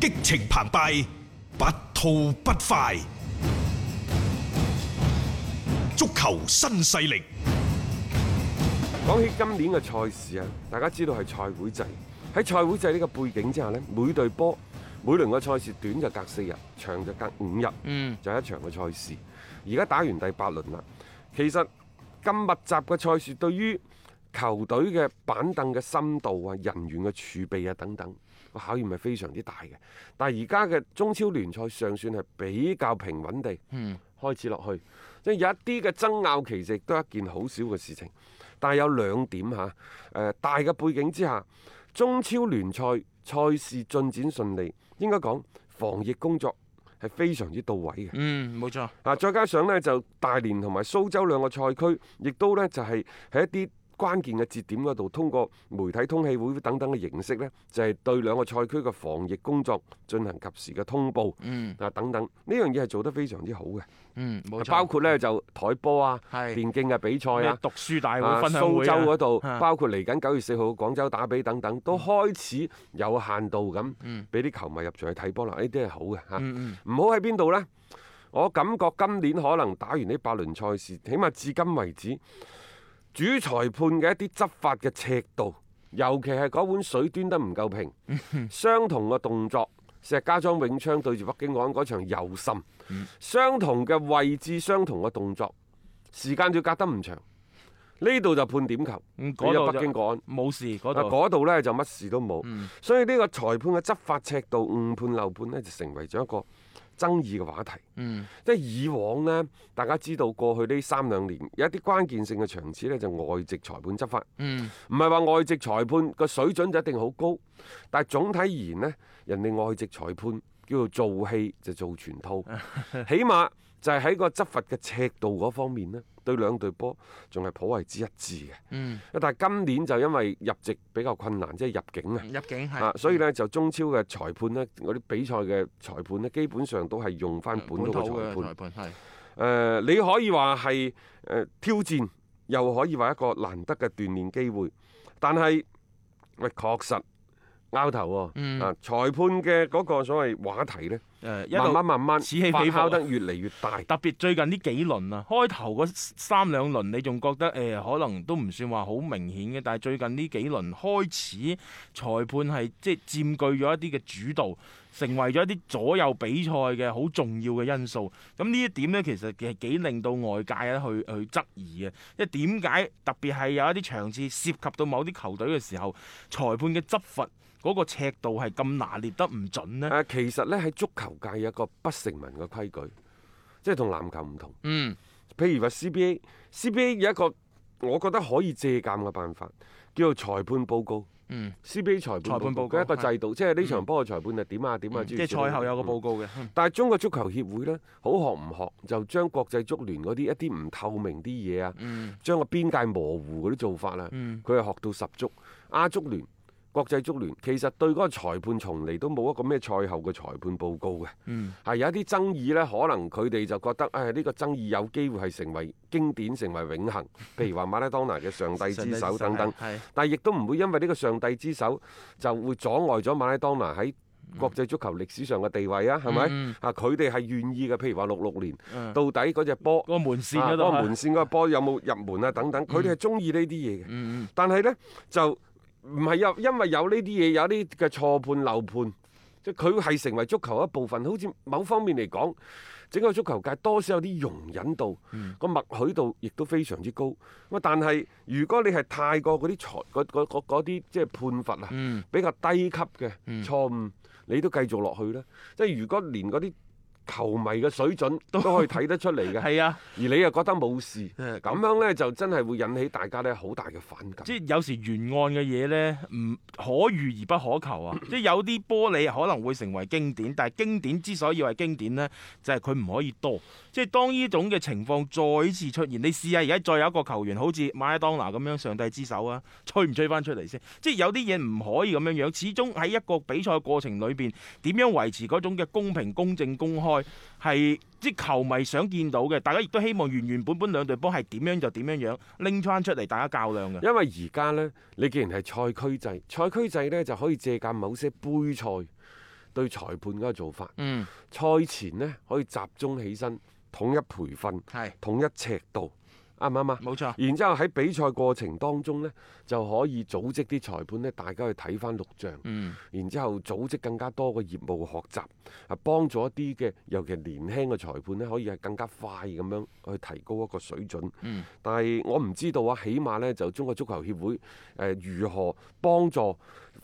激情澎湃，不吐不快。足球新勢力，講起今年嘅賽事啊，大家知道係賽會制。喺賽會制呢個背景之下呢，每隊波每輪嘅賽事短就隔四日，長就隔五日，嗯就一場嘅賽事。而家打完第八輪啦，其實咁密集嘅賽事對於球隊嘅板凳嘅深度啊、人員嘅儲備啊等等，個考驗係非常之大嘅。但係而家嘅中超聯賽尚算係比較平穩地嗯開始落去，即係有一啲嘅爭拗，其實亦都係一件好少嘅事情。但係有兩點嚇，誒、大嘅背景之下，中超聯賽賽事進展順利，應該講防疫工作係非常之到位嘅。嗯，冇錯，啊，再加上呢，就大連同埋蘇州兩個賽區，亦都呢，就係、喺一啲關鍵嘅節點嗰度，通過媒體通氣會等等嘅形式呢，就係、對兩個賽區嘅防疫工作進行及時嘅通報嗯啊等等，呢樣嘢係做得非常之好嘅。啊嗯，冇錯，包括呢，就台波啊、係電競嘅比賽咩啊。讀書大啊會、分享蘇會州啊嗰度，啊嗯包括嚟緊九月四號廣州打比等等，都開始有限度咁嗯俾啲球迷入場去睇波啦。呢啲係好嘅嚇，嗯唔好喺邊度呢？我感覺今年可能打完呢八輪賽事，起碼至今為止，主裁判嘅一啲執法嘅尺度，尤其係嗰碗水端得唔夠平，相同嘅動作，石家莊永昌對住北京安嗰場尤甚，嗯相同嘅位置、相同嘅動作，時間就隔得唔長，呢度就判點球，嗯俾嗰咗度嗯北京就國安。冇事嗰啊度。嗰度呢就乜事都冇，所以呢個裁判嘅執法尺度誤判漏判呢，就成為咗一個爭議嘅話題。嗯即係以往呢，大家知道過去呢三兩年有一啲關鍵性嘅場次呢，就外籍裁判執法，嗯唔係話外籍裁判個水準就一定好高，但係總體而言呢，人哋外籍裁判叫做做戲就做全 套，起碼就係喺個執法嘅尺度嗰方面呢，對兩隊波仲係頗為之一致嘅。嗯，但係今年就因為入籍比較困難，即係入境啊。入境係啊，所以呢，就中超嘅裁判呢，嗰啲比賽嘅裁判呢，基本上都係用翻嗯本土嘅裁判。判誒、係呃你可以話係誒挑戰，又可以話一個難得嘅鍛鍊機會。但係喂，確實拗頭喎、嗯啊，裁判嘅嗰個所謂話題呢，誒一慢路慢慢慢此起發彼伏啊酵得越嚟越大。特別最近呢幾輪啊，開頭嗰三兩輪你仲覺得誒、呃可能都唔算話好明顯嘅，但係最近呢幾輪開始裁判係即係佔據咗一啲嘅主導，成為咗一啲左右比賽嘅好重要嘅因素。咁呢一點呢，其實係幾令到外界咧去去質疑嘅，即係點解特別係有一啲場次涉及到某啲球隊嘅時候，裁判嘅執法嗰個尺度係咁拿捏得唔準呢？啊，其實呢，喺足球界有一個不成文嘅規矩，即係同籃球唔同。嗯譬如話 CBA，CBA 有一個我覺得可以借鑑嘅辦法，叫做裁判報告。嗯 CBA 裁判裁判報告佢嗯一個制度，即係呢場波嘅裁判係點啊點啊，即係賽後有個告。報告嘅。嗯但係中國足球協會呢，好學唔學就將國際足聯嗰啲一啲唔透明啲嘢啊，嗯將個邊界模糊嗰啲做法啊，嗯佢係學到十足。亞足聯、國際足聯其實對嗰個裁判從嚟都冇一個咩賽後嘅裁判報告嘅。嗯係有一啲爭議呢，可能佢哋就覺得誒呢、個爭議有機會係成為經典、成為永恆。譬如話馬拉當拿嘅《上帝之手》等等，係但係亦都唔會因為呢個《上帝之手》就會阻礙咗馬拉當拿喺嗯國際足球歷史上嘅地位啊，係咪？嗯啊，佢哋係願意嘅。譬如話六六年，嗯到底嗰只波嗰個門線啊嗰嗰度個啊門線嗰個波有冇入門啊？等等，佢哋係中意呢啲嘢嘅。嗯但係呢，就唔係有因為有呢啲嘢有呢啲嘅錯判漏判，即係佢係成為足球一部分。好似某方面嚟講，整個足球界多少有啲容忍度，個默許度亦都非常之高。咁啊但係如果你係太過嗰啲裁嗰嗰嗰嗰啲即係判罰啊，嗯比較低級嘅嗯錯誤，你都繼續落去啦。即係如果連嗰啲球迷嘅水準都可以睇得出嚟嘅，而係啊，你又覺得冇事，誒咁樣呢，就真係會引起大家呢好大嘅反感。即係有時沿岸嘅嘢呢，唔可遇而不可求啊！即係有啲波你可能會成為經典，但係經典之所以為經典呢，就係佢唔可以多。即係當呢種嘅情況再次出現，你試下而家再有一個球員好似馬拉當拿咁樣上帝之手啊，吹唔吹翻出嚟先？即係有啲嘢唔可以咁樣樣，始終喺一個比賽過程裏邊，點樣維持嗰種嘅公平、公正、公開，係即係球迷想見到嘅，大家亦都希望原原本本兩隊波係點樣就點樣樣拎翻出嚟，大家較量嘅。因為而家呢，你既然係賽區制，賽區制呢就可以借鑑某些杯賽對裁判嗰個做法。嗯，賽前呢，可以集中起身，統一培訓，係統一尺度，啱唔啱啊？冇錯。然之後喺比賽過程當中呢，就可以組織啲裁判呢，大家去睇翻錄像，嗯，然之後組織更加多嘅業務學習，啊幫助一啲嘅，尤其係年輕嘅裁判呢，可以係更加快咁樣去提高一個水準。嗯但係我唔知道啊，起碼呢，就中國足球協會誒、呃如何幫助呃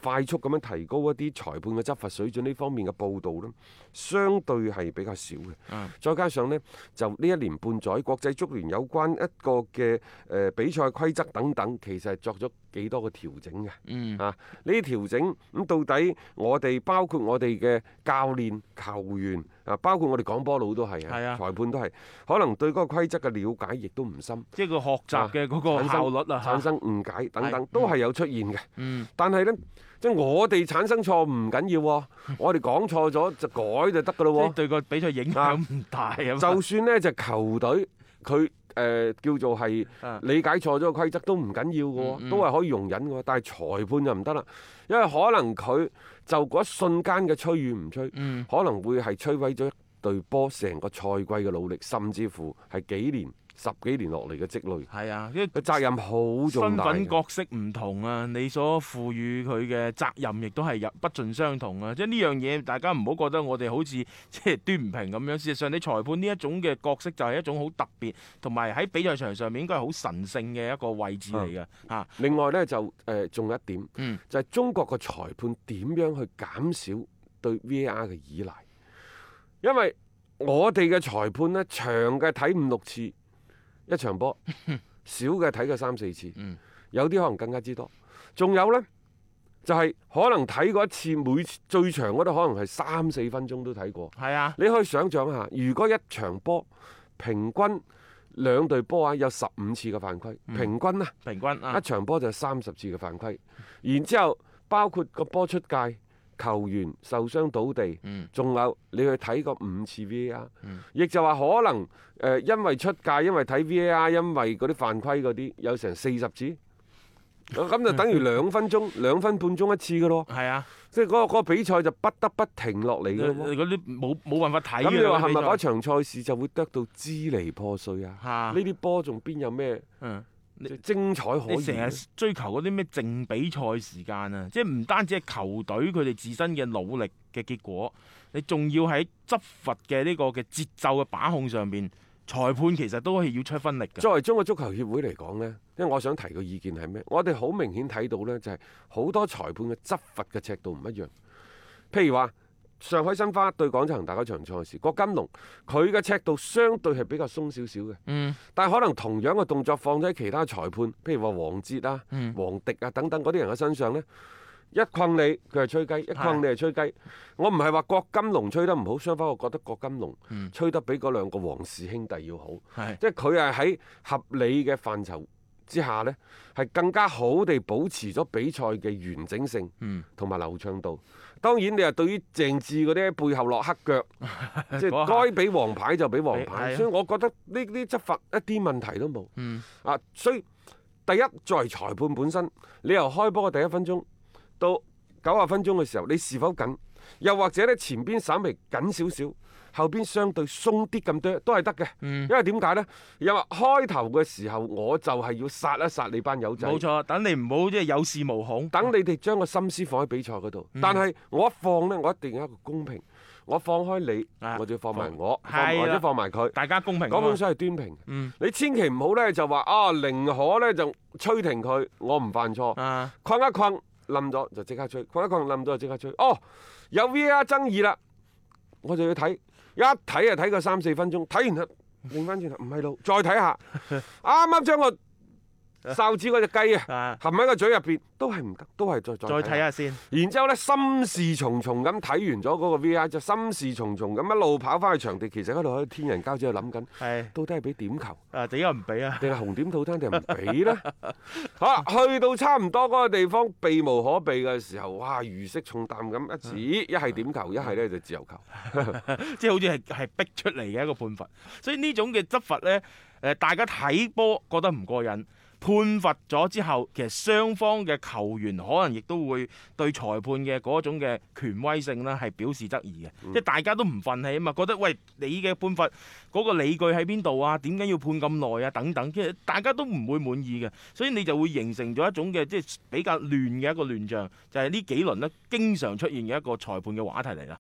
快速咁樣提高一啲裁判嘅執法水準呢方面嘅報導呢，相對係比較少嘅。嗯再加上呢，就呢一年半載，國際足聯有關一個嘅誒、呃比賽規則等等，其實係作咗幾多個調整嘅。嗯啊，呢啲調整咁到底我哋包括我哋嘅教練、球員啊，包括我哋講波佬都係係啊裁判都係，可能對嗰個規則嘅了解亦都唔深，即係個學習嘅嗰哦產個生效率啊，產嚇生誤解等係等嗯都係有出現嘅。嗯但係呢，即係我哋產生錯誤唔緊要 喎，我哋講錯咗就改就得㗎即咯係喎。對個比賽影啊響唔大啊嘛。就算呢，就球隊佢誒、呃叫做係啊理解錯咗個規則都唔緊要嘅喎，嗯嗯都係可以容忍嘅喎。但係裁判就唔得啦，因為可能佢就嗰一瞬間嘅吹與唔吹，嗯可能會係摧毀咗一隊波成個賽季嘅努力，甚至乎係幾年、十幾年落嚟嘅積累。係啊，因為個責任好重身大份嘅。角色唔同啊，你所賦予佢嘅責任亦都係有不盡相同啊！即係呢樣嘢，大家唔好覺得我哋好似即係端唔平咁樣。事實上，你裁判呢一種嘅角色就係一種好特別，同埋喺比賽場上面應該係好神聖嘅一個位置嚟嘅嚇。另外呢，就誒仲、有一點，嗯就係中國嘅裁判點樣去減少對 VAR 嘅依賴，因為我哋嘅裁判呢，長嘅睇五六次一場 波，少嘅睇個三四次嗯，有啲可能更加之多。仲有呢，就係、可能睇過一次，每次最長嗰度可能係三四分鐘都睇過。係啊，你可以想象下，如果一場波平均兩隊波啊有十五次嘅犯規，嗯平均啊。平均一啊，場波就三十次嘅犯規，然之後包括個波出界、球員受傷倒地，嗯仲有你去睇個五次 VAR，嗯亦、就話可能誒、呃因為出界、因為睇 VAR、因為嗰啲犯規嗰啲有成四十次，咁就等於兩分 鐘、兩分半鐘一次嘅咯，係啊，即係嗰個、嗰個比賽就不得不停落嚟嘅咯喎。嗰啲冇冇辦法睇咁啊嘅你話係咪嗰嗰啲場賽事就會得到支離破碎啊比？賽嚇呢？啲波仲邊有咩嗯。你精彩可你言成日呢？追求嗰啲咩淨比賽時間啊，即係唔單止係球隊佢哋自身嘅努力嘅結果，你仲要喺執法嘅呢個嘅節奏嘅把控上邊，裁判其實都係要出分力嘅。作為中國足球協會嚟講呢，因為我想提個意見係咩？我哋好明顯睇到呢，就係好多裁判嘅執法嘅尺度唔一樣。譬如話上海申花對廣州恒大嗰場賽事，郭金龍佢嘅尺度相對係比較鬆少少嘅，嗯但係可能同樣嘅動作放咗喺其他裁判，譬如話王哲啊、嗯王迪啊等等嗰啲人嘅身上呢，一困你佢係吹雞，一困你係吹雞。我唔係話郭金龍吹得唔好，相反我覺得郭金龍嗯，吹得比嗰兩個黃氏兄弟要好。係即係佢係喺合理嘅範疇之下呢，係更加好地保持咗比賽嘅完整性嗯，同埋流暢度。當然，你話對於鄭智嗰啲背後落黑腳， 即嗰係下該俾黃牌就俾黃係牌，啊所以我覺得呢啲執法一啲問題都冇。嗯啊，所以第一作為裁判本身，你由開波嘅第一分鐘到九十分鐘嘅時候，你是否緊？又或者呢，前邊稍微緊少少，後邊相對鬆啲咁多都係得嘅。嗯，因為點解呢？因為開頭嘅時候我就係要殺一殺你班友仔，冇錯。等你唔好即係有恃無恐。等你哋將個心思放喺比賽嗰度。嗯但係我一放呢，我一定有一個公平，我放開你，啊我就要放埋我，放放係啦或者放埋佢。大家公平啊嗰嘛本。書係端平，嗯你千祈唔好呢，就話啊，寧可呢就吹停佢，我唔犯錯，啊，困一困冧咗就即刻吹，困一困冧咗就即刻吹。哦，有 VR 爭議啦，我就要睇，一睇就睇個三四分鐘，睇完啦，擰翻轉頭唔係路，再睇 下，啱啱將個哨子嗰只雞啊啊，含喺個嘴入邊，都係唔得，都係再再再睇。下先。然之後呢，心事重重咁睇完咗嗰個 VR 就心事重重咁一路跑翻去場地，其實喺度喺度天人交戰喺度諗緊，係到底係俾點球？啊，點解唔俾啊？定係紅點套餐定係唔俾 呢？好啦，去到差唔多嗰個地方，避無可避嘅時候，哇！如釋重擔咁一指，一係點球，一係呢就自由球。 即係好似係係逼出嚟嘅一個判罰，所以呢種嘅執法呢，誒大家睇波覺得唔過癮，判罰咗之後，其實雙方嘅球員可能亦都會對裁判嘅嗰種嘅權威性呢係表示質疑嘅，即係大家都唔憤氣啊嘛，覺得喂你嘅判罰嗰個理據喺邊度啊？點解要判咁耐啊？等等，其實大家都唔會滿意嘅，所以你就會形成咗一種嘅即係比較亂嘅一個亂象，就係呢幾輪呢經常出現嘅一個裁判嘅話題嚟啦。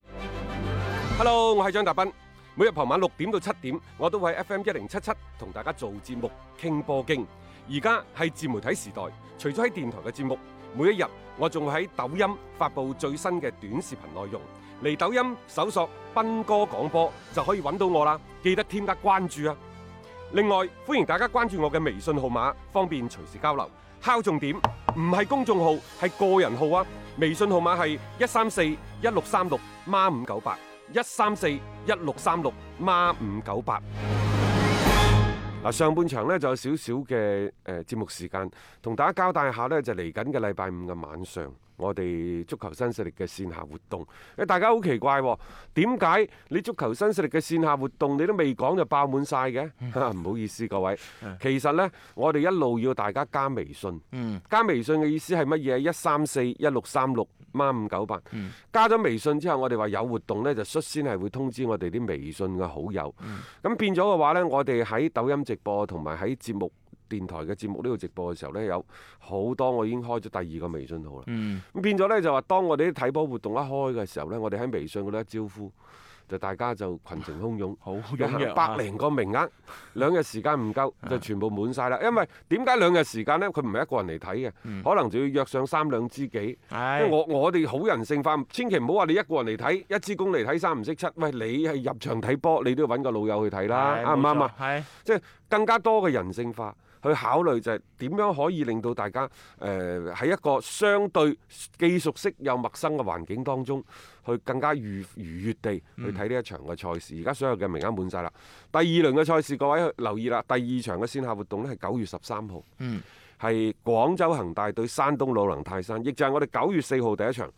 Hello，我係張達斌。每日傍晚六點到七點，我都會喺 FM 一零七七同大家做節目傾波經。而家係自媒體時代，除咗喺電台嘅節目，每一日我仲會喺抖音發布最新嘅短視頻內容。嚟抖音搜索斌哥廣播就可以揾到我啦，記得添加關注啊！另外，歡迎大家關注我嘅微信號碼，方便隨時交流。敲重點，唔係公眾號，係個人號啊！微信號碼係一三四一六三六孖五九八，一三四一六三六孖五九八。嗱，上半場呢就有少少嘅誒節目時間，同大家交代下呢，就嚟緊嘅禮拜五嘅晚上，我哋足球新勢力嘅線下活動。誒，大家好奇怪喎，點解你足球新勢力嘅線下活動你都未講就爆滿晒嘅？啊唔好意思各位，其實呢，我哋一路要大家加微信，加微信嘅意思係乜嘢？一三四一六三六孖五九八，加咗微信之後，我哋話有活動呢，就率先係會通知我哋啲微信嘅好友。咁變咗嘅話呢，我哋喺抖音直播同埋喺節目電台嘅節目呢度直播嘅時候呢，有好多我已經開咗第二個微信號啦。嗯，咁變咗呢，就話，當我哋啲睇波活動一開嘅時候呢，我哋喺微信嗰度一招呼，就大家就群情洶湧。好踴有躍啊啊百零個名 額，兩日時間唔夠就全部滿晒啦。因為點解兩日時間呢？佢唔係一個人嚟睇嗯嘅，可能就要約上三兩知己。因為係我我哋好人性化，千祈唔好話你一個人嚟睇，一支公嚟睇三唔識七。喂，你係入場睇波，你都要揾個老友去睇啦，啱唔啱啊？？係即係更加多嘅人性化去考慮，就係點樣可以令到大家誒喺、一個相對既熟悉又冇陌生嘅環境當中，去更加愉愉悅地去睇呢一場嘅賽事。而家、所有嘅名額滿晒啦，第二輪嘅賽事各位留意啦，第二場嘅線下活動呢係九月十三號。嗯係廣州恒大對山東魯能泰山，亦就係我哋九月四號第一場，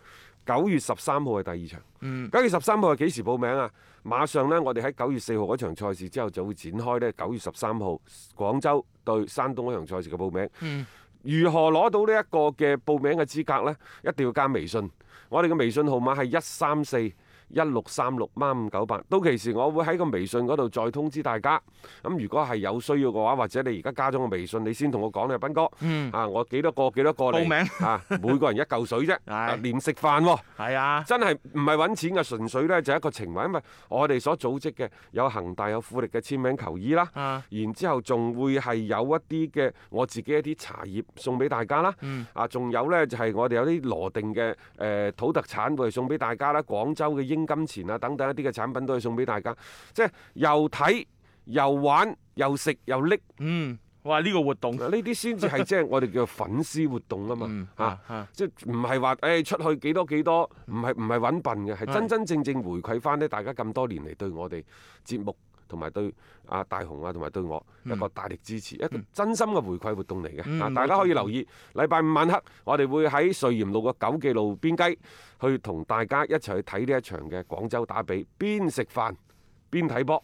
九月十三號係第二場。嗯九月十三號係幾時報名啊？馬上呢，我哋喺九月四號嗰場賽事之後就會展開呢九月十三號廣州對山東嗰場賽事嘅報名。嗯如何攞到呢一個嘅報名嘅資格呢？一定要加微信。我哋嘅微信號碼係一三四一六三六孖五九八。到期時我會喺個微信嗰度再通知大家。咁如果係有需要嘅話，或者你而家加咗我微信，你先同我講你係斌哥。嗯，啊！我幾多個幾多個嚟報名啊！每個人一嚿水啫， 啊連食飯喎、係啊，真係唔係揾錢嘅，啊純粹呢就係一個情懷，因為我哋所組織嘅有恒大有富力嘅簽名球衣啦，啊然之後仲會係有一啲嘅我自己一啲茶葉送俾大家啦，嗯啊仲有呢就係我哋有啲羅定嘅誒、呃土特產會送俾大家啦，廣州嘅英金錢啊等等一啲嘅產品都係送俾大家，即係又睇又玩又食又拎，嗯，哇呢個活動嗱呢啲先至係即係我哋叫粉絲活動啊嗯嘛，啊啊啊。即係唔係話誒出去幾多幾多，唔係唔係揾笨嘅，係係真真正正回饋翻呢大家咁多年嚟對我哋節目同埋對阿大雄啊同埋對我一個大力支持，一個真心嘅回饋活動嚟嘅。嗯啊冇大家可以錯留意禮拜五晚黑，我哋會喺瑞鹽路嘅九記路邊雞去同大家一齊去睇呢一場嘅廣州打比，邊食飯邊睇波。